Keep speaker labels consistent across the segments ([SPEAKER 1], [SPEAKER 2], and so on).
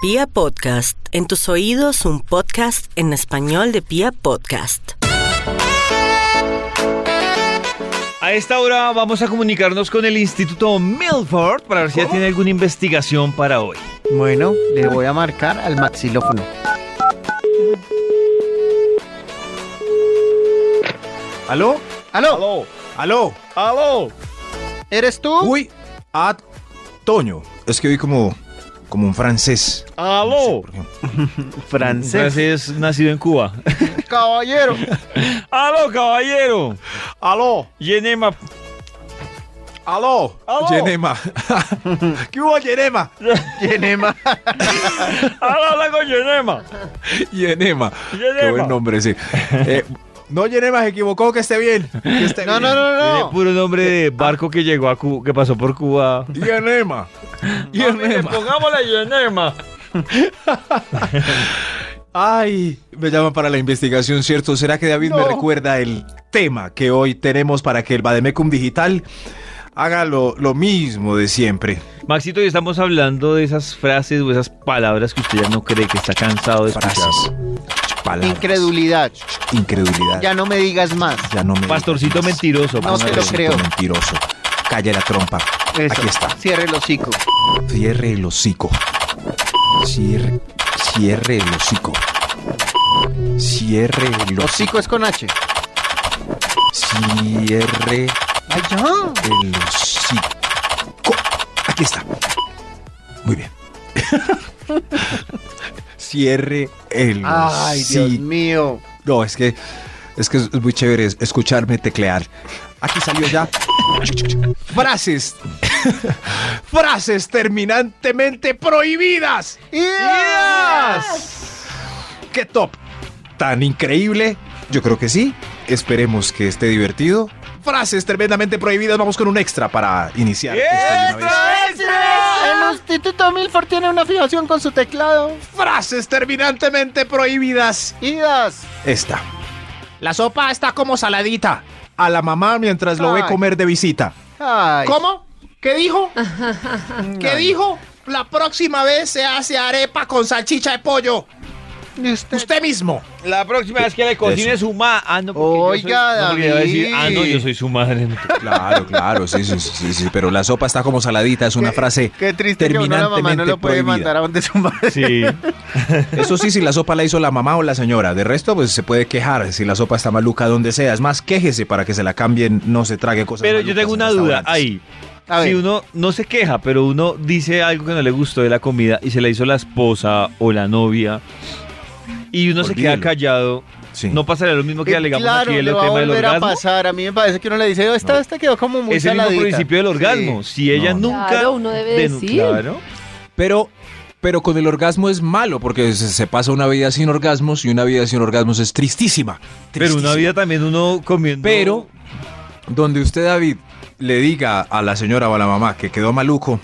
[SPEAKER 1] Pia Podcast, en tus oídos un podcast en español de Pia Podcast.
[SPEAKER 2] A esta hora vamos a comunicarnos con el Instituto Milford para ver si ya tiene alguna investigación para hoy.
[SPEAKER 3] Bueno, le voy a marcar al maxilófono.
[SPEAKER 4] ¿Aló?
[SPEAKER 3] ¡Aló!
[SPEAKER 2] Aló,
[SPEAKER 4] ¿Aló?
[SPEAKER 2] aló.
[SPEAKER 3] ¿Eres tú?
[SPEAKER 4] Uy, a Toño. Es que oí como, como un francés.
[SPEAKER 2] Aló.
[SPEAKER 4] Por ejemplo.
[SPEAKER 3] francés.
[SPEAKER 2] Francés nacido en Cuba.
[SPEAKER 3] Caballero.
[SPEAKER 2] Aló, caballero.
[SPEAKER 4] ¡Aló!
[SPEAKER 2] Yenema.
[SPEAKER 4] ¡Aló!
[SPEAKER 2] ¡Aló!
[SPEAKER 4] Yenema. ¿Qué hubo, Yenema?
[SPEAKER 3] Yenema.
[SPEAKER 2] Aló, habla con Yenema.
[SPEAKER 4] Yenema.
[SPEAKER 2] Yenema.
[SPEAKER 4] Qué buen nombre, sí. Eh, no, Yenema, se equivocó, que esté bien. Que esté
[SPEAKER 3] No, no,
[SPEAKER 4] bien.
[SPEAKER 2] Tiene
[SPEAKER 3] no, no.
[SPEAKER 2] puro nombre de barco que llegó a Cuba, que pasó por Cuba.
[SPEAKER 4] Yenema. Yenema.
[SPEAKER 2] Pongámosle Yenema.
[SPEAKER 4] Ay, me llaman para la investigación, ¿cierto? ¿Será que David me recuerda el tema que hoy tenemos para que el Bademecum Digital haga lo, lo mismo de siempre?
[SPEAKER 2] Maxito, hoy estamos hablando de esas frases o esas palabras que usted ya no cree que está cansado de escuchar.
[SPEAKER 4] Frases. Palabras.
[SPEAKER 3] Incredulidad.
[SPEAKER 4] Incredulidad.
[SPEAKER 3] Ya no me digas más.
[SPEAKER 4] Ya no me
[SPEAKER 2] Pastorcito
[SPEAKER 4] digas.
[SPEAKER 2] mentiroso.
[SPEAKER 3] No se lo
[SPEAKER 4] Pastorcito
[SPEAKER 3] creo.
[SPEAKER 4] Mentiroso. Calla la trompa.
[SPEAKER 3] Eso.
[SPEAKER 4] Aquí está.
[SPEAKER 3] Cierre el hocico.
[SPEAKER 4] Cierre el hocico. Cierre, cierre el hocico. Cierre el hocico.
[SPEAKER 3] Hocico es con H.
[SPEAKER 4] Cierre
[SPEAKER 3] ¡Ay, ya!
[SPEAKER 4] el hocico. Aquí está. Muy bien. cierre el
[SPEAKER 3] ¡Ay, Dios
[SPEAKER 4] hocico.
[SPEAKER 3] mío!
[SPEAKER 4] No, es que es que es muy chévere es- escucharme teclear. Aquí salió ya. frases. frases terminantemente prohibidas. ¡Yes! ¡Qué top! ¿Tan increíble? Yo creo que sí. Esperemos que esté divertido. Frases tremendamente prohibidas. Vamos con un extra para iniciar. esta de una vez.
[SPEAKER 3] El Instituto Milford tiene una fijación con su teclado.
[SPEAKER 4] Frases terminantemente prohibidas.
[SPEAKER 3] ¡Idas!
[SPEAKER 4] Esta. La sopa está como saladita. A la mamá mientras lo ve
[SPEAKER 3] Ay.
[SPEAKER 4] comer de visita.
[SPEAKER 3] ¡Ay!
[SPEAKER 4] ¿Cómo? ¿Qué dijo? ¿Qué dijo? La próxima vez se hace arepa con salchicha de pollo.
[SPEAKER 3] ¿Y usted?
[SPEAKER 4] Usted mismo.
[SPEAKER 2] La próxima vez que le cocine su ma. Ah, no, porque yo soy-
[SPEAKER 3] Oiga,
[SPEAKER 2] no, porque iba a decir, ah, no,
[SPEAKER 3] David.
[SPEAKER 2] yo soy su madre.
[SPEAKER 4] Claro, claro, sí, sí, sí, sí, pero la sopa está como saladita, es una
[SPEAKER 3] Qué-
[SPEAKER 4] frase
[SPEAKER 3] Qué triste que uno a la
[SPEAKER 4] terminantemente
[SPEAKER 3] mamá no lo puede
[SPEAKER 4] prohibida.
[SPEAKER 3] mandar a donde su madre.
[SPEAKER 2] Sí.
[SPEAKER 4] Eso sí, si la sopa la hizo la mamá o la señora. De resto, pues se puede quejar. Si la sopa está maluca, donde sea. Es más, quéjese para que se la cambien, no se trague cosas
[SPEAKER 2] Pero yo
[SPEAKER 4] malucas
[SPEAKER 2] tengo
[SPEAKER 4] en
[SPEAKER 2] una duda
[SPEAKER 4] restaurantes.
[SPEAKER 2] ahí.
[SPEAKER 3] A ver.
[SPEAKER 2] Si uno no se queja, pero uno dice algo que no le gustó de la comida y se la hizo la esposa o la novia y uno se queda
[SPEAKER 4] Olvídelo.
[SPEAKER 2] callado,
[SPEAKER 4] Sí.
[SPEAKER 2] no pasará lo mismo que
[SPEAKER 3] Eh,
[SPEAKER 2] alegamos
[SPEAKER 3] claro,
[SPEAKER 2] aquí el
[SPEAKER 3] le va a
[SPEAKER 2] tema del
[SPEAKER 3] volver a
[SPEAKER 2] orgasmo.
[SPEAKER 3] pasar. A mí me parece que uno le dice, "Oh, esta,
[SPEAKER 4] No.
[SPEAKER 3] esta quedó como muy
[SPEAKER 2] Es el mismo
[SPEAKER 3] saladita".
[SPEAKER 2] principio del orgasmo. Si ella
[SPEAKER 4] No, no.
[SPEAKER 2] nunca.
[SPEAKER 5] Claro, uno debe
[SPEAKER 2] denu-
[SPEAKER 5] decir.
[SPEAKER 2] Claro.
[SPEAKER 4] Pero, pero con el orgasmo es malo porque se, se pasa una vida sin orgasmos y una vida sin orgasmos es tristísima.
[SPEAKER 2] Pero una
[SPEAKER 4] Tristísima.
[SPEAKER 2] vida también uno comiendo.
[SPEAKER 4] Pero donde usted, David, le diga a la señora o a la mamá que quedó maluco,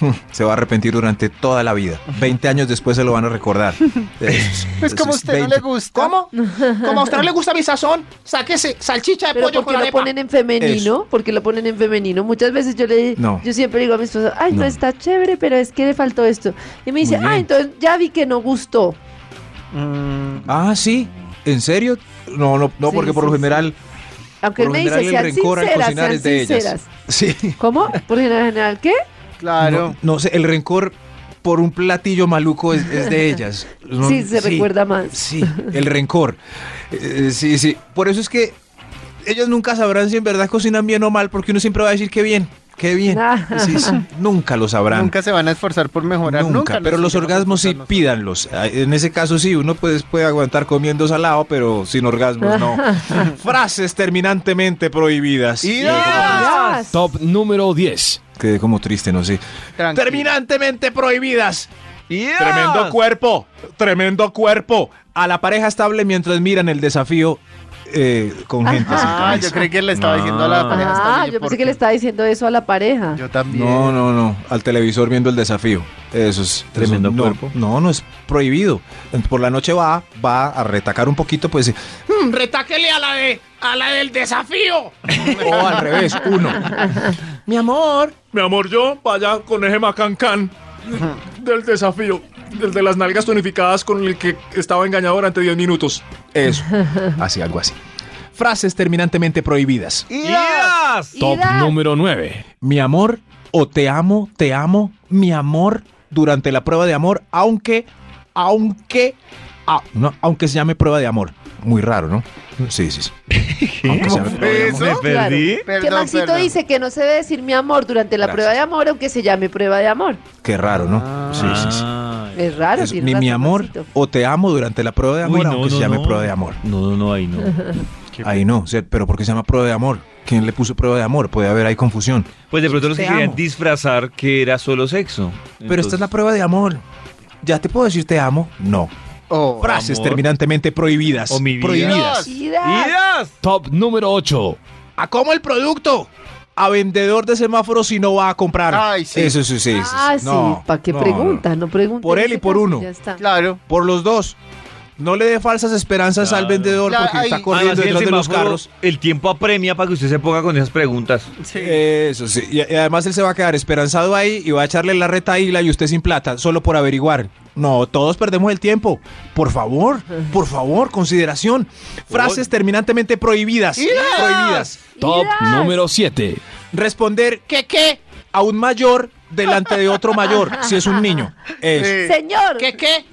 [SPEAKER 4] se va a arrepentir durante toda la vida. 20 años después se lo van a recordar. Es,
[SPEAKER 3] Pues como a
[SPEAKER 4] es
[SPEAKER 3] usted no
[SPEAKER 4] 20.
[SPEAKER 3] le gusta. ¿Cómo?
[SPEAKER 6] Como a usted no le gusta mi sazón, sáquese salchicha de
[SPEAKER 5] Pero
[SPEAKER 6] pollo
[SPEAKER 5] ¿por
[SPEAKER 6] con
[SPEAKER 5] qué lo
[SPEAKER 6] arepa.
[SPEAKER 5] ponen en femenino? porque lo ponen en femenino? Muchas veces yo le
[SPEAKER 4] No.
[SPEAKER 5] yo siempre digo a mi esposa, ay, no.
[SPEAKER 4] No.
[SPEAKER 5] está chévere, pero es que le faltó esto. Y me dice,
[SPEAKER 4] Muy bien.
[SPEAKER 5] ah, entonces ya vi que no gustó.
[SPEAKER 4] Ah, sí. ¿En serio? No, no, no
[SPEAKER 5] Sí,
[SPEAKER 4] porque por
[SPEAKER 5] sí,
[SPEAKER 4] lo
[SPEAKER 5] sí.
[SPEAKER 4] general,
[SPEAKER 5] Aunque
[SPEAKER 4] por
[SPEAKER 5] él
[SPEAKER 4] lo
[SPEAKER 5] me dice,
[SPEAKER 4] general el
[SPEAKER 5] sean
[SPEAKER 4] rencor al
[SPEAKER 5] sinceras,
[SPEAKER 4] cocinar
[SPEAKER 5] sean
[SPEAKER 4] es de ellas.
[SPEAKER 5] sinceras.
[SPEAKER 4] Sí.
[SPEAKER 5] ¿Cómo? Por general, general, ¿qué?
[SPEAKER 3] Claro.
[SPEAKER 4] No, no sé, el rencor por un platillo maluco es, es de ellas. No,
[SPEAKER 5] sí, se recuerda más.
[SPEAKER 4] Sí, el rencor. Eh, sí, sí. Por eso es que ellos nunca sabrán si en verdad cocinan bien o mal, porque uno siempre va a decir que bien, que bien.
[SPEAKER 5] Ah.
[SPEAKER 4] Sí, sí, nunca lo sabrán.
[SPEAKER 3] Nunca se van a esforzar por mejorar.
[SPEAKER 4] Nunca,
[SPEAKER 3] Nunca.
[SPEAKER 4] pero los
[SPEAKER 3] seguiremos
[SPEAKER 4] orgasmos sí
[SPEAKER 3] esforzando.
[SPEAKER 4] pídanlos. Ah, En ese caso sí, uno pues, puede aguantar comiendo salado, pero sin orgasmos no. Frases terminantemente prohibidas.
[SPEAKER 3] Y-
[SPEAKER 5] Yes.
[SPEAKER 7] Top número 10.
[SPEAKER 4] Quedé como triste, no sé.
[SPEAKER 3] Tranquilo.
[SPEAKER 4] Terminantemente prohibidas.
[SPEAKER 2] Yes.
[SPEAKER 4] Tremendo cuerpo, tremendo cuerpo. A la pareja estable mientras miran el desafío eh, con gente sin
[SPEAKER 3] Ah,
[SPEAKER 4] camisa.
[SPEAKER 3] yo creí que le estaba diciendo a la pareja.
[SPEAKER 5] Ah,
[SPEAKER 3] estable,
[SPEAKER 5] yo pensé
[SPEAKER 3] porque
[SPEAKER 5] que le estaba diciendo eso a la pareja.
[SPEAKER 3] Yo también.
[SPEAKER 4] No, no, no. Al televisor viendo el desafío. Eso es eso
[SPEAKER 2] Tremendo
[SPEAKER 4] no,
[SPEAKER 2] cuerpo.
[SPEAKER 4] No, no es prohibido. Por la noche va, va a retacar un poquito, pues.
[SPEAKER 6] Mm, retáquele a la de a la del desafío.
[SPEAKER 4] O al revés, uno.
[SPEAKER 6] Mi amor,
[SPEAKER 8] Mi amor, yo vaya con ese macancán del desafío.
[SPEAKER 7] El de las nalgas tonificadas con el que estaba engañado durante 10 minutos.
[SPEAKER 4] Eso. Así, algo así. Frases terminantemente prohibidas.
[SPEAKER 2] ¡Idas!
[SPEAKER 6] Top
[SPEAKER 5] Ida.
[SPEAKER 6] número 9.
[SPEAKER 4] Mi amor o te amo, te amo, mi amor durante la prueba de amor, aunque, aunque, a- no, aunque se llame prueba de amor. Muy raro, ¿no? Sí, sí. sí. Aunque se llame prueba de amor.
[SPEAKER 2] ¿Me perdí?
[SPEAKER 5] que Maxito dice que no se debe decir mi amor durante la
[SPEAKER 4] Gracias.
[SPEAKER 5] prueba de amor, aunque se llame prueba de amor.
[SPEAKER 4] Qué raro, ¿no? Sí, sí, sí.
[SPEAKER 2] Ah.
[SPEAKER 5] Es raro.
[SPEAKER 4] Eso,
[SPEAKER 5] tiene
[SPEAKER 4] ni mi
[SPEAKER 5] razón,
[SPEAKER 4] amor
[SPEAKER 5] Maxito.
[SPEAKER 4] o te amo durante la prueba de amor,
[SPEAKER 2] Uy, no,
[SPEAKER 4] aunque
[SPEAKER 2] no,
[SPEAKER 4] se llame
[SPEAKER 2] no.
[SPEAKER 4] prueba de amor.
[SPEAKER 2] No, no, no, ahí no.
[SPEAKER 4] Ahí no, o sea, pero ¿por qué se llama prueba de amor? ¿Quién le puso prueba de amor? Puede haber ahí confusión.
[SPEAKER 2] Pues de pronto los que
[SPEAKER 4] Te
[SPEAKER 2] querían
[SPEAKER 4] amo.
[SPEAKER 2] disfrazar que era solo sexo.
[SPEAKER 4] Pero esta es la prueba de amor. ¿Ya te puedo decir te amo? No.
[SPEAKER 3] Oh.
[SPEAKER 4] Frases
[SPEAKER 2] amor.
[SPEAKER 4] terminantemente prohibidas.
[SPEAKER 2] O mi vida.
[SPEAKER 4] Prohibidas.
[SPEAKER 5] Ida.
[SPEAKER 2] ¡Idas!
[SPEAKER 6] Top número 8.
[SPEAKER 4] ¿A cómo el producto? A vendedor de semáforos si no va a comprar.
[SPEAKER 3] Ay, sí.
[SPEAKER 4] Eso sí, sí. sí, sí.
[SPEAKER 5] Ah, sí,
[SPEAKER 4] No,
[SPEAKER 5] ¿para qué
[SPEAKER 4] no,
[SPEAKER 5] pregunta? No, pregunta.
[SPEAKER 4] Por él y por uno.
[SPEAKER 5] Ya está.
[SPEAKER 3] Claro.
[SPEAKER 4] no. Por los dos. No le dé falsas esperanzas
[SPEAKER 2] Claro.
[SPEAKER 4] al vendedor
[SPEAKER 3] Claro,
[SPEAKER 4] porque
[SPEAKER 3] ahí-
[SPEAKER 4] está
[SPEAKER 2] Además,
[SPEAKER 4] corriendo
[SPEAKER 2] en el
[SPEAKER 4] detrás de los
[SPEAKER 2] semáforo,
[SPEAKER 4] carros.
[SPEAKER 2] El tiempo apremia para que usted se ponga con esas preguntas.
[SPEAKER 4] Eso sí. Y, y además él se va a quedar esperanzado ahí y va a echarle la reta a Hila y usted sin plata, solo por averiguar. No, todos perdemos el tiempo. Por favor, por favor, consideración. Frases terminantemente prohibidas. Prohibidas.
[SPEAKER 6] Top
[SPEAKER 5] Idas.
[SPEAKER 6] número 7.
[SPEAKER 4] Responder que qué a un mayor delante de otro mayor, si es un niño. Eso.
[SPEAKER 3] Sí.
[SPEAKER 5] Señor.
[SPEAKER 6] ¿Qué qué?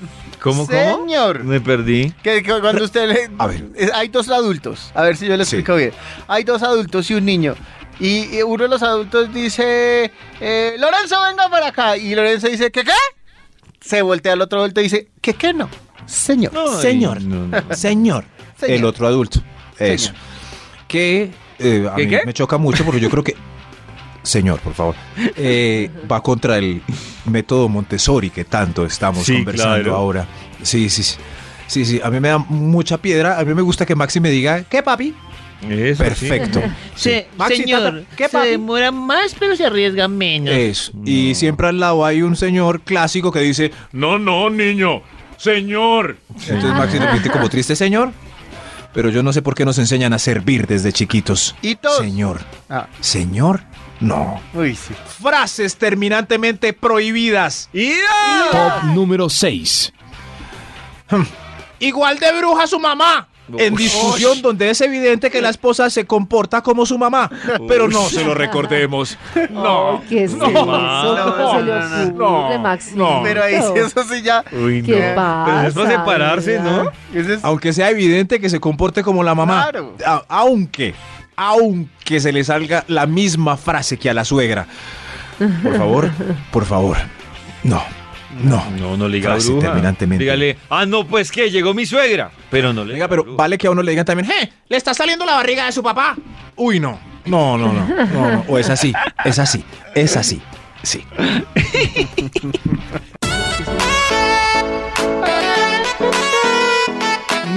[SPEAKER 2] ¿Cómo,
[SPEAKER 3] Señor.
[SPEAKER 2] cómo? Me perdí.
[SPEAKER 3] Que, que cuando usted le...
[SPEAKER 4] A ver.
[SPEAKER 3] Eh, Hay dos adultos. A ver si yo lo
[SPEAKER 4] Sí.
[SPEAKER 3] explico bien. Hay dos adultos y un niño. Y, y uno de los adultos dice... eh, Lorenzo, venga para acá. Y Lorenzo dice... ¿Qué qué? Se voltea al otro adulto y dice... ¿Qué qué no? Señor.
[SPEAKER 2] Ay,
[SPEAKER 4] Señor.
[SPEAKER 2] no, no.
[SPEAKER 4] Señor.
[SPEAKER 3] Señor.
[SPEAKER 4] El otro adulto. Eso. Que eh, a
[SPEAKER 2] ¿Qué,
[SPEAKER 4] mí
[SPEAKER 2] qué?
[SPEAKER 4] me choca mucho porque yo creo que. Señor, por favor. Eh, va contra el método Montessori que tanto estamos
[SPEAKER 2] Sí,
[SPEAKER 4] conversando
[SPEAKER 2] claro.
[SPEAKER 4] ahora. Sí, sí, sí. Sí, sí, a mí me da mucha piedra. A mí me gusta que Maxi me diga, ¿qué papi?
[SPEAKER 2] Eso,
[SPEAKER 4] Perfecto.
[SPEAKER 8] Se-
[SPEAKER 4] Maxi,
[SPEAKER 8] señor,
[SPEAKER 4] tata, ¿qué,
[SPEAKER 8] se
[SPEAKER 4] papi? Eh.
[SPEAKER 8] demora más, pero se arriesga menos.
[SPEAKER 4] Eso. Y siempre al lado hay un señor clásico que dice,
[SPEAKER 7] No, no, niño. Señor.
[SPEAKER 4] entonces Maxi te pinta como triste señor. Pero yo no sé por qué nos enseñan a servir desde chiquitos.
[SPEAKER 3] Y todos.
[SPEAKER 4] Señor.
[SPEAKER 3] Ah,
[SPEAKER 4] Señor, no.
[SPEAKER 3] uy, sí.
[SPEAKER 4] Frases terminantemente prohibidas. Ah.
[SPEAKER 2] sí. ¡Ida!
[SPEAKER 6] Top número 6.
[SPEAKER 4] Hmm. Igual de bruja su mamá. En discusión donde es evidente que la esposa se comporta como su mamá. Pero no se lo recordemos.
[SPEAKER 3] Ah.
[SPEAKER 5] No, ¿qué es
[SPEAKER 7] no,
[SPEAKER 5] eso?
[SPEAKER 7] no,
[SPEAKER 5] ¿Cómo se le
[SPEAKER 3] no, no,
[SPEAKER 5] ocurre,
[SPEAKER 7] no,
[SPEAKER 5] Maxi?
[SPEAKER 7] no.
[SPEAKER 3] Pero ahí sí, eso sí ya...
[SPEAKER 2] Uy, no.
[SPEAKER 5] ¿Qué
[SPEAKER 2] Pero
[SPEAKER 5] pasa?
[SPEAKER 2] es para separarse, ¿no?
[SPEAKER 5] ¿verdad?
[SPEAKER 3] Ese es-
[SPEAKER 4] Aunque sea evidente que se comporte como la mamá.
[SPEAKER 3] Claro.
[SPEAKER 4] A- aunque, aunque se le salga la misma frase que a la suegra. Por favor, por favor. No, no.
[SPEAKER 2] No, no le diga
[SPEAKER 4] Frase
[SPEAKER 2] bruja.
[SPEAKER 4] terminantemente.
[SPEAKER 2] Dígale, ah, no, pues que llegó mi suegra. Pero no le
[SPEAKER 4] Venga,
[SPEAKER 2] diga
[SPEAKER 4] pero
[SPEAKER 2] bruja.
[SPEAKER 4] vale que a uno le digan también, ¡eh! ¡Le está saliendo la barriga de su papá! Uy, no. No, no, no. no, no. O es así, es así, es así. Sí.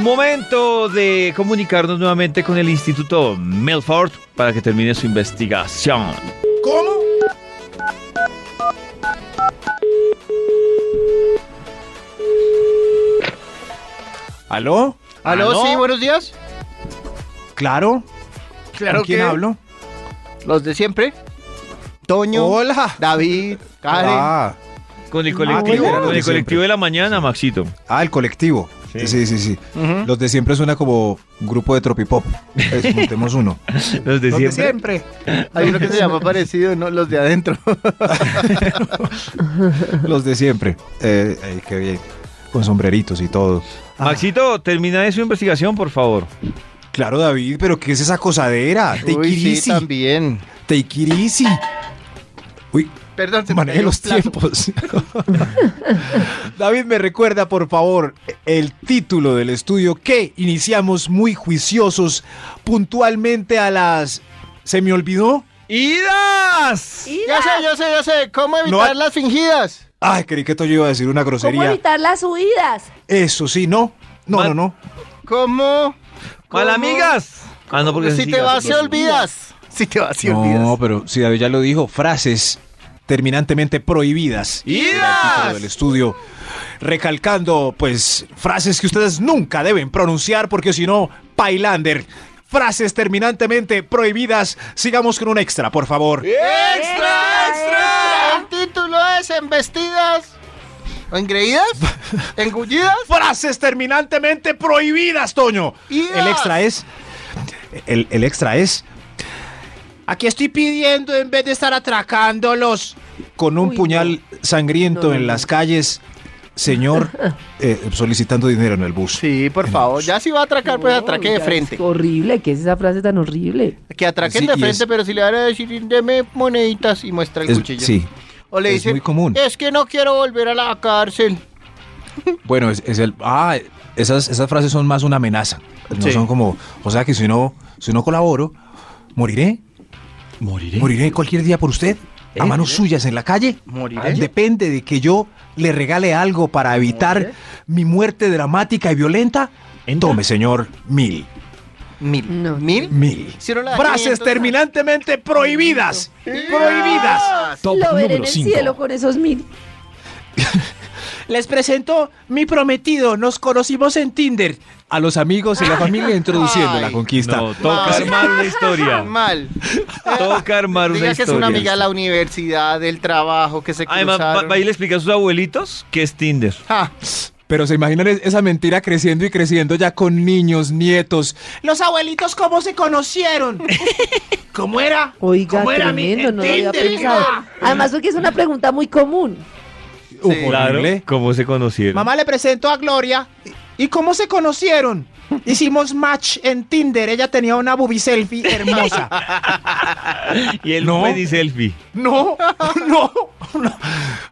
[SPEAKER 2] Momento de comunicarnos nuevamente con el Instituto Milford para que termine su investigación.
[SPEAKER 4] ¿Cómo? ¿Aló?
[SPEAKER 3] ¿Aló?
[SPEAKER 2] Ah, ¿no?
[SPEAKER 3] Sí, buenos días.
[SPEAKER 4] ¿Claro?
[SPEAKER 3] Claro
[SPEAKER 4] ¿Con quién
[SPEAKER 3] que-
[SPEAKER 4] hablo?
[SPEAKER 3] Los de siempre. Toño.
[SPEAKER 4] Hola.
[SPEAKER 3] David. Karen.
[SPEAKER 4] Ah,
[SPEAKER 2] Con el
[SPEAKER 4] No,
[SPEAKER 2] colectivo,
[SPEAKER 4] claro,
[SPEAKER 2] con
[SPEAKER 4] de
[SPEAKER 2] el
[SPEAKER 4] siempre.
[SPEAKER 2] colectivo de la mañana, Maxito.
[SPEAKER 4] ah, el colectivo.
[SPEAKER 2] Sí.
[SPEAKER 4] Sí, sí, sí.
[SPEAKER 3] Ujú.
[SPEAKER 4] Los de siempre suena como grupo de tropipop. Es, montemos uno.
[SPEAKER 2] Los de
[SPEAKER 4] Los de
[SPEAKER 2] siempre.
[SPEAKER 4] siempre.
[SPEAKER 3] Hay uno que se llama parecido, ¿no? Los de adentro.
[SPEAKER 4] Los de siempre. Eh, ay, qué bien. Con sombreritos y todo.
[SPEAKER 2] Ah. Maxito, termina de su investigación, por favor.
[SPEAKER 4] Claro, David, pero ¿qué es esa cosadera? Take
[SPEAKER 3] Uy,
[SPEAKER 4] it
[SPEAKER 3] sí,
[SPEAKER 4] easy.
[SPEAKER 3] también.
[SPEAKER 4] Take it easy. Uy,
[SPEAKER 3] Perdón, se me
[SPEAKER 4] maneje
[SPEAKER 3] cayó
[SPEAKER 4] los
[SPEAKER 3] un plato.
[SPEAKER 4] tiempos. David, me recuerda, por favor, el título del estudio que iniciamos muy juiciosos, puntualmente a las... ¿Se me olvidó?
[SPEAKER 2] ¡Idas!
[SPEAKER 3] Ya sé, yo sé, yo sé. ¿Cómo
[SPEAKER 4] No
[SPEAKER 3] evitar
[SPEAKER 4] hay-
[SPEAKER 3] las fingidas?
[SPEAKER 4] Ay, creí que esto yo iba a decir una
[SPEAKER 5] ¿Cómo
[SPEAKER 4] grosería.
[SPEAKER 5] evitar las huidas?
[SPEAKER 4] Eso sí, no. No,
[SPEAKER 2] Man-
[SPEAKER 4] no, no.
[SPEAKER 3] ¿Cómo?
[SPEAKER 2] ¡Mal amigas! Ah, no, porque
[SPEAKER 3] Si te vas, se olvidas. Si te vas, se
[SPEAKER 4] No,
[SPEAKER 3] olvidas.
[SPEAKER 4] pero si David ya lo dijo, frases terminantemente prohibidas.
[SPEAKER 2] ¡Idas!
[SPEAKER 4] Era el título del estudio. Recalcando, pues, frases que ustedes nunca deben pronunciar porque si no, Pailander. Frases terminantemente prohibidas. Sigamos con un extra, por favor.
[SPEAKER 3] ¡Extra, extra! El título es Embestidas ¿Engreídas? ¿Engullidas?
[SPEAKER 4] Frases terminantemente prohibidas, Toño.
[SPEAKER 3] Idas.
[SPEAKER 4] El extra es. El, el extra es.
[SPEAKER 6] Aquí estoy pidiendo en vez de estar atracándolos.
[SPEAKER 4] Con un
[SPEAKER 5] Uy,
[SPEAKER 4] puñal sangriento
[SPEAKER 5] No, no,
[SPEAKER 4] en
[SPEAKER 5] no.
[SPEAKER 4] las calles, señor, eh, solicitando dinero en el bus.
[SPEAKER 3] Sí, por favor. Ya si va a atracar, pues
[SPEAKER 5] No,
[SPEAKER 3] atraque de
[SPEAKER 5] ya,
[SPEAKER 3] frente.
[SPEAKER 5] es horrible, ¿qué es esa frase tan horrible?
[SPEAKER 3] Que atraquen
[SPEAKER 4] Sí,
[SPEAKER 3] de
[SPEAKER 4] y
[SPEAKER 3] frente,
[SPEAKER 4] es-
[SPEAKER 3] pero si le van a decir, deme moneditas y muestra el
[SPEAKER 4] Es-
[SPEAKER 3] cuchillo.
[SPEAKER 4] sí.
[SPEAKER 3] O le
[SPEAKER 4] es
[SPEAKER 3] dicen,
[SPEAKER 4] muy común.
[SPEAKER 3] es que no quiero volver a la cárcel.
[SPEAKER 4] Bueno, es, es el. Ah, esas, esas frases son más una amenaza. No
[SPEAKER 3] Sí.
[SPEAKER 4] son como. O sea que si no, si no colaboro, moriré. Moriré. Moriré cualquier día por usted. A manos suyas en la calle.
[SPEAKER 3] ¿Eh?
[SPEAKER 4] Ah,
[SPEAKER 3] Moriré.
[SPEAKER 4] Depende de que yo le regale algo para evitar mi muerte dramática y violenta. Tome, señor, mil.
[SPEAKER 3] Mil.
[SPEAKER 5] No.
[SPEAKER 3] ¿Mil?
[SPEAKER 4] Mil.
[SPEAKER 3] Si no la da
[SPEAKER 4] Frases
[SPEAKER 3] 500,
[SPEAKER 4] terminantemente prohibidas. Prohibidas.
[SPEAKER 5] Lo veré en el cielo con esos mil.
[SPEAKER 4] Les presento mi prometido. Nos conocimos en Tinder. A los amigos y la familia introduciendo
[SPEAKER 3] Ay.
[SPEAKER 4] la conquista.
[SPEAKER 2] No, toca
[SPEAKER 3] Mal.
[SPEAKER 2] armar una historia.
[SPEAKER 3] Mal.
[SPEAKER 2] Toca armar una
[SPEAKER 3] Diga que es una
[SPEAKER 2] historia.
[SPEAKER 3] amiga de la universidad, del trabajo, que se
[SPEAKER 2] Además, va,
[SPEAKER 3] cruzaron.
[SPEAKER 2] va y le explica a sus abuelitos que es Tinder.
[SPEAKER 3] Ja.
[SPEAKER 4] Pero se imaginan es- esa mentira creciendo y creciendo ya con niños, nietos.
[SPEAKER 6] Los abuelitos, ¿cómo se conocieron? ¿Cómo era?
[SPEAKER 5] Oiga,
[SPEAKER 6] ¿Cómo era mi-
[SPEAKER 5] tremendo, no lo
[SPEAKER 6] en
[SPEAKER 5] había
[SPEAKER 6] Tinder,
[SPEAKER 5] pensado.
[SPEAKER 6] hija?
[SPEAKER 5] Además, porque es una pregunta muy común.
[SPEAKER 2] Claro,
[SPEAKER 4] Horrible.
[SPEAKER 2] cómo se conocieron.
[SPEAKER 6] Mamá le presento a Gloria. ¿Y cómo se conocieron? Hicimos match en Tinder. Ella tenía una boobie selfie hermosa.
[SPEAKER 2] y él
[SPEAKER 4] No.
[SPEAKER 2] no pedí selfie.
[SPEAKER 4] No, no, no.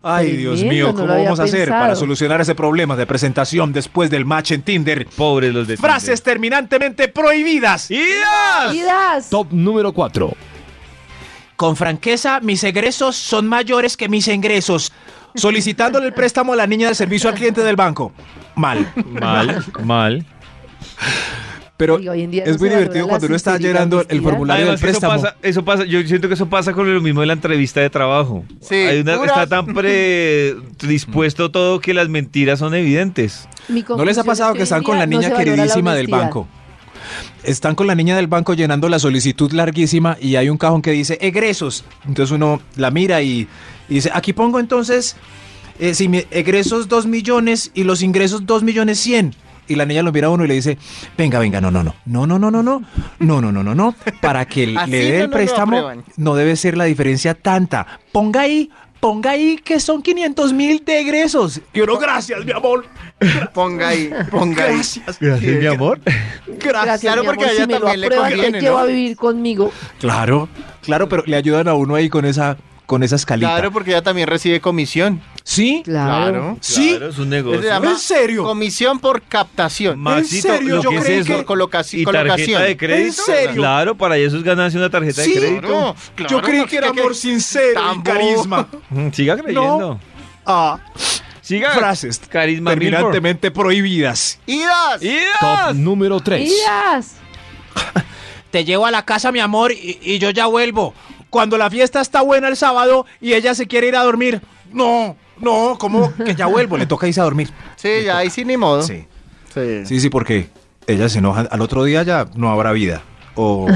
[SPEAKER 4] Ay, Dios mío,
[SPEAKER 5] Tremendo, no lo
[SPEAKER 4] ¿cómo
[SPEAKER 5] había
[SPEAKER 4] vamos a hacer
[SPEAKER 5] pensado.
[SPEAKER 4] para solucionar ese problema de presentación después del match en Tinder?
[SPEAKER 2] Pobres los de
[SPEAKER 4] Frases terminantemente prohibidas.
[SPEAKER 2] Tinder. ¡Idas!
[SPEAKER 5] Idas.
[SPEAKER 9] Top número 4.
[SPEAKER 4] Con franqueza, mis egresos son mayores que mis ingresos. Solicitándole el préstamo a la niña de servicio al cliente del banco. Mal.
[SPEAKER 2] Mal, mal.
[SPEAKER 4] Pero
[SPEAKER 5] Oiga, hoy en día no
[SPEAKER 4] es muy
[SPEAKER 5] se valora
[SPEAKER 4] divertido
[SPEAKER 5] la
[SPEAKER 4] cuando uno está
[SPEAKER 5] sinceridad,
[SPEAKER 4] llenando el
[SPEAKER 5] honestidad.
[SPEAKER 4] formulario del
[SPEAKER 2] Además, que eso
[SPEAKER 4] préstamo.
[SPEAKER 2] pasa, eso pasa, yo siento que eso pasa con lo mismo de la entrevista de trabajo.
[SPEAKER 3] Sí,
[SPEAKER 2] Hay una-
[SPEAKER 3] puras-
[SPEAKER 2] está tan predispuesto todo que las mentiras son evidentes.
[SPEAKER 5] Mi
[SPEAKER 4] ¿No les ha
[SPEAKER 5] conclusión
[SPEAKER 4] pasado
[SPEAKER 5] es
[SPEAKER 4] que,
[SPEAKER 5] hoy
[SPEAKER 4] están
[SPEAKER 5] en
[SPEAKER 4] con
[SPEAKER 5] día
[SPEAKER 4] la
[SPEAKER 5] no
[SPEAKER 4] niña
[SPEAKER 5] se valora la
[SPEAKER 4] queridísima del
[SPEAKER 5] honestidad?
[SPEAKER 4] banco? Están con la niña del banco llenando la solicitud larguísima y hay un cajón que dice egresos. Entonces uno la mira y, y dice, aquí pongo entonces, eh, si mi egresos 2 millones y los ingresos 2 millones 100. Y la niña lo mira a uno y le dice, venga, venga, no, no, no, no, no, no, no, no, no, no, no, no, no, para que le
[SPEAKER 3] Así
[SPEAKER 4] dé
[SPEAKER 3] no
[SPEAKER 4] el
[SPEAKER 3] nos lo
[SPEAKER 4] préstamo
[SPEAKER 3] aprueban.
[SPEAKER 4] no debe ser la diferencia tanta. Ponga ahí, ponga ahí que son 500 mil de egresos. Y uno, gracias, mi amor.
[SPEAKER 3] Ponga ahí, ponga ahí.
[SPEAKER 2] Gracias, mi amor.
[SPEAKER 5] Gracias,
[SPEAKER 3] Claro,
[SPEAKER 5] mi
[SPEAKER 3] porque
[SPEAKER 5] amor,
[SPEAKER 3] a ella
[SPEAKER 5] si me lo
[SPEAKER 3] también le
[SPEAKER 5] aprueban,
[SPEAKER 3] conviene,
[SPEAKER 5] te llevo
[SPEAKER 3] ¿no?
[SPEAKER 5] a vivir conmigo.
[SPEAKER 4] Claro, claro, pero le ayudan a uno ahí con esa, con esa escalita.
[SPEAKER 3] Claro, porque ella también recibe comisión.
[SPEAKER 4] ¿Sí,
[SPEAKER 5] Claro.
[SPEAKER 4] sí.
[SPEAKER 2] Claro, es un
[SPEAKER 3] Eso se
[SPEAKER 2] negocio.
[SPEAKER 3] llama
[SPEAKER 4] ¿En serio?
[SPEAKER 3] Comisión por captación.
[SPEAKER 2] Maxito,
[SPEAKER 4] serio?
[SPEAKER 2] lo
[SPEAKER 4] Yo
[SPEAKER 2] que es
[SPEAKER 4] creí
[SPEAKER 2] eso,
[SPEAKER 4] que-
[SPEAKER 3] Colocaci-
[SPEAKER 2] y tarjeta
[SPEAKER 3] colocación.
[SPEAKER 2] de crédito.
[SPEAKER 4] ¿En serio?
[SPEAKER 2] Claro, para eso es ganancia una tarjeta
[SPEAKER 4] Sí.
[SPEAKER 2] de crédito.
[SPEAKER 3] Claro, claro,
[SPEAKER 4] Yo creí
[SPEAKER 3] no,
[SPEAKER 4] que era
[SPEAKER 3] ¿qué- qué-
[SPEAKER 4] amor sincero y
[SPEAKER 3] Tambo.
[SPEAKER 4] carisma.
[SPEAKER 2] Mm, Siga creyendo.
[SPEAKER 4] Ah,
[SPEAKER 2] Siga.
[SPEAKER 4] frases
[SPEAKER 2] Carisma Milford.
[SPEAKER 4] terminantemente prohibidas.
[SPEAKER 3] ¡Idas!
[SPEAKER 2] ¡Idas!
[SPEAKER 9] Top número
[SPEAKER 4] Pues.
[SPEAKER 9] 3.
[SPEAKER 5] Idas.
[SPEAKER 4] Te llevo a la casa, mi amor, y, y yo ya vuelvo. Cuando la fiesta está buena el sábado y ella se quiere ir a dormir. No, no, ¿cómo que ya vuelvo? Le toca irse a dormir.
[SPEAKER 3] Sí, ya ahí sí ni modo.
[SPEAKER 4] Sí.
[SPEAKER 3] Sí.
[SPEAKER 4] Sí, sí, porque ella se enoja. Al otro día ya no habrá vida. O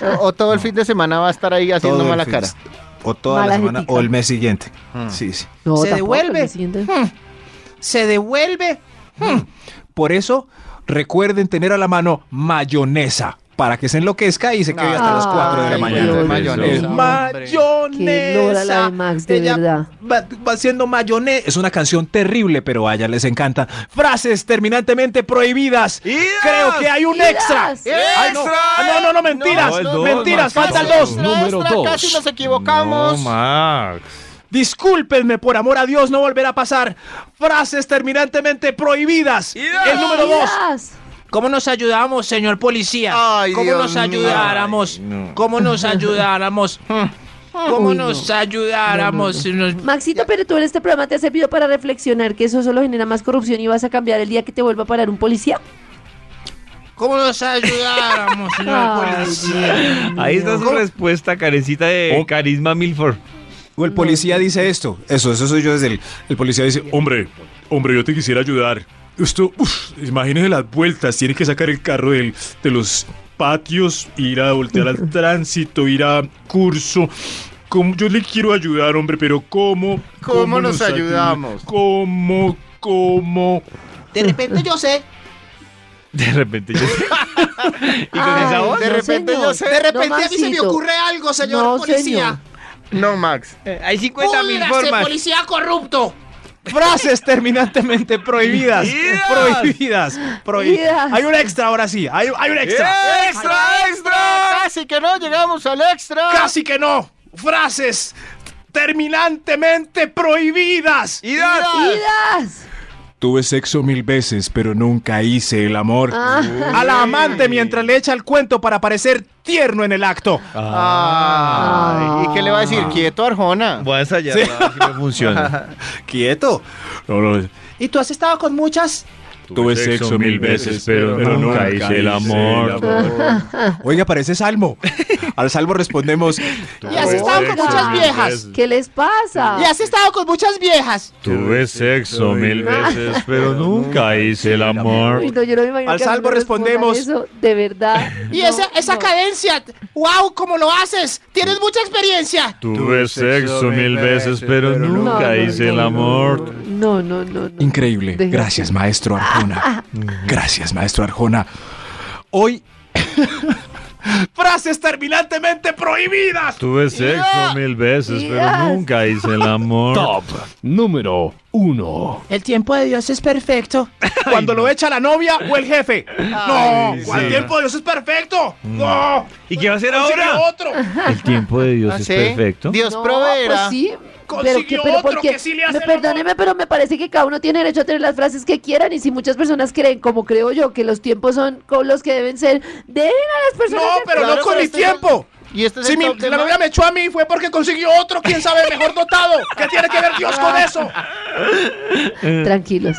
[SPEAKER 3] O, o todo el fin de semana va a estar ahí haciendo
[SPEAKER 4] todo el
[SPEAKER 3] mala
[SPEAKER 4] fin-
[SPEAKER 3] cara. Hmm.
[SPEAKER 4] O toda la
[SPEAKER 5] Mala
[SPEAKER 4] semana
[SPEAKER 5] ética.
[SPEAKER 4] o el mes siguiente. Sí, sí.
[SPEAKER 5] No,
[SPEAKER 6] Se
[SPEAKER 5] tampoco,
[SPEAKER 6] devuelve.
[SPEAKER 5] me siento-
[SPEAKER 6] Se devuelve.
[SPEAKER 4] Hmm. Por eso, recuerden tener a la mano mayonesa para que se enloquezca y se quede hasta las 4 de la
[SPEAKER 5] Ay,
[SPEAKER 4] mañana.
[SPEAKER 5] Dios.
[SPEAKER 4] Es
[SPEAKER 5] Mayonesa, Qué lora
[SPEAKER 4] mayonesa.
[SPEAKER 5] la de Max, de
[SPEAKER 4] Ella
[SPEAKER 5] verdad.
[SPEAKER 4] Va, va siendo mayonesa. Es una canción terrible, pero a ella les encanta. Frases terminantemente prohibidas.
[SPEAKER 2] ¡Idas!
[SPEAKER 4] Creo que hay un
[SPEAKER 5] ¡Idas!
[SPEAKER 4] extra.
[SPEAKER 5] ¡Extra!
[SPEAKER 4] Ay, no. Ah, no, no, no, mentiras.
[SPEAKER 2] No, no, Max,
[SPEAKER 4] mentiras, falta el
[SPEAKER 2] no.
[SPEAKER 4] 2.
[SPEAKER 9] Número
[SPEAKER 3] Extra,
[SPEAKER 9] dos.
[SPEAKER 3] Casi nos equivocamos.
[SPEAKER 2] No, Max.
[SPEAKER 4] Discúlpenme, por amor a Dios, no volverá a pasar. Frases terminantemente prohibidas. El número 2.
[SPEAKER 5] Idas.
[SPEAKER 6] ¿Cómo nos ayudamos, señor policía?
[SPEAKER 3] Ay,
[SPEAKER 6] ¿Cómo
[SPEAKER 3] Dios
[SPEAKER 6] nos
[SPEAKER 3] mío.
[SPEAKER 6] ayudáramos? ¿Cómo nos ayudáramos? ¿Cómo
[SPEAKER 5] Uy, no.
[SPEAKER 6] nos ayudáramos? si nos-
[SPEAKER 5] Maxito, pero tú en este programa te has servido para reflexionar que eso solo genera más corrupción y vas a cambiar el día que te vuelva a parar un policía.
[SPEAKER 6] ¿Cómo nos ayudáramos, señor
[SPEAKER 5] Ay,
[SPEAKER 6] policía?
[SPEAKER 5] Dios
[SPEAKER 2] Ahí
[SPEAKER 5] mío.
[SPEAKER 2] está su respuesta, carecita de
[SPEAKER 4] Oh.
[SPEAKER 2] carisma Milford.
[SPEAKER 4] O el policía dice esto. Eso, eso soy yo desde el, el policía dice.
[SPEAKER 7] Hombre, hombre, yo te quisiera ayudar. Esto, uff, imagínese las vueltas. Tiene que sacar el carro del- de los patios, ir a voltear al tránsito, ir a curso. ¿Cómo? Yo le quiero ayudar, hombre, pero ¿cómo?
[SPEAKER 3] ¿Cómo nos
[SPEAKER 7] ayuda?
[SPEAKER 3] ayudamos?
[SPEAKER 7] ¿Cómo? ¿Cómo?
[SPEAKER 6] De repente yo sé.
[SPEAKER 2] De repente yo sé.
[SPEAKER 3] Y con esa voz. De
[SPEAKER 5] no,
[SPEAKER 3] repente
[SPEAKER 5] señor.
[SPEAKER 3] yo sé.
[SPEAKER 6] De repente a mí se me
[SPEAKER 5] Maxito.
[SPEAKER 6] ocurre algo, señor
[SPEAKER 5] No,
[SPEAKER 6] policía.
[SPEAKER 3] No, Max.
[SPEAKER 2] hay
[SPEAKER 6] Púdrase, policía corrupto!
[SPEAKER 4] Frases terminantemente prohibidas. Prohibidas. Prohibidas.
[SPEAKER 5] Prohibidas.
[SPEAKER 4] Hay un extra ahora sí. Hay, hay un extra.
[SPEAKER 3] ¡Extra, extra! Casi que no llegamos al extra.
[SPEAKER 4] Casi que no. Frases terminantemente prohibidas.
[SPEAKER 5] ¡Idas!
[SPEAKER 7] Tuve sexo mil veces, pero nunca hice el amor.
[SPEAKER 4] A la amante mientras le echa el cuento para parecer tierno en el acto.
[SPEAKER 7] Ah.
[SPEAKER 3] Ay, ¿Y qué le va a decir? Quieto, Arjona.
[SPEAKER 2] Voy a ensayar a ver si me funciona.
[SPEAKER 4] Quieto.
[SPEAKER 7] No, no,
[SPEAKER 6] ¿Y tú has estado con muchas?
[SPEAKER 7] Tuve sexo mil veces, pero nunca hice el amor.
[SPEAKER 4] Oiga, parece salmo. Al salmo respondemos.
[SPEAKER 6] ¿Y has estado con muchas viejas?
[SPEAKER 5] ¿Qué les pasa?
[SPEAKER 6] ¿Y has estado con muchas viejas?
[SPEAKER 2] Tuve sexo mil veces, pero nunca hice el amor.
[SPEAKER 5] Uy, no, yo no me imagino
[SPEAKER 4] Al
[SPEAKER 5] que a mí
[SPEAKER 4] salvo
[SPEAKER 5] me respondan
[SPEAKER 4] respondemos.
[SPEAKER 5] Eso, de verdad.
[SPEAKER 6] ¿Y
[SPEAKER 5] No,
[SPEAKER 6] esa, esa
[SPEAKER 5] no.
[SPEAKER 6] cadencia? ¡Wow! ¿Cómo lo haces? ¡Tienes mucha experiencia!
[SPEAKER 2] Tuve sexo mil veces, pero
[SPEAKER 5] No,
[SPEAKER 2] nunca
[SPEAKER 5] no,
[SPEAKER 2] hice
[SPEAKER 5] no,
[SPEAKER 2] el
[SPEAKER 5] no,
[SPEAKER 2] amor.
[SPEAKER 5] No, no, no. no.
[SPEAKER 4] Increíble.
[SPEAKER 5] Deje-
[SPEAKER 4] Gracias, maestro
[SPEAKER 6] Ah,
[SPEAKER 4] Arjona. Gracias, maestro Arjona. Hoy. Frases terminantemente prohibidas.
[SPEAKER 2] Tuve sexo mil veces, pero
[SPEAKER 5] Yes.
[SPEAKER 2] nunca hice el amor.
[SPEAKER 9] Top número 1.
[SPEAKER 6] El tiempo de Dios es perfecto.
[SPEAKER 4] Cuando lo echa la novia o el jefe. no, ¿cuál
[SPEAKER 2] sí.
[SPEAKER 4] tiempo de Dios es perfecto?
[SPEAKER 7] Mm.
[SPEAKER 4] No.
[SPEAKER 2] ¿Y qué va a hacer
[SPEAKER 4] Consigue otro.
[SPEAKER 2] El tiempo de Dios
[SPEAKER 3] Ah,
[SPEAKER 2] es
[SPEAKER 3] ¿sí?
[SPEAKER 2] perfecto.
[SPEAKER 3] Dios
[SPEAKER 5] No,
[SPEAKER 3] proveerá.
[SPEAKER 5] Pues sí. Pero
[SPEAKER 4] Consiguió
[SPEAKER 5] que, pero
[SPEAKER 4] otro
[SPEAKER 5] porque,
[SPEAKER 4] que sí le hace
[SPEAKER 5] me-
[SPEAKER 4] el amor.
[SPEAKER 5] perdóneme, pero me parece que cada uno tiene derecho a tener las frases que quieran y si muchas personas creen, como creo yo, que los tiempos son con los que deben ser, deben a las
[SPEAKER 4] No,
[SPEAKER 5] personas. el
[SPEAKER 4] pero
[SPEAKER 5] tiempo.
[SPEAKER 4] no
[SPEAKER 3] Claro,
[SPEAKER 4] con
[SPEAKER 3] pero
[SPEAKER 4] mi
[SPEAKER 3] este es el-
[SPEAKER 4] tiempo.
[SPEAKER 3] Y este es
[SPEAKER 4] Si
[SPEAKER 3] el
[SPEAKER 4] mi-
[SPEAKER 3] top de
[SPEAKER 4] la
[SPEAKER 3] Max.
[SPEAKER 4] novia me echó a mí fue porque consiguió otro, quién sabe, mejor dotado. ¿Qué tiene que ver Dios con eso?
[SPEAKER 5] Tranquilos.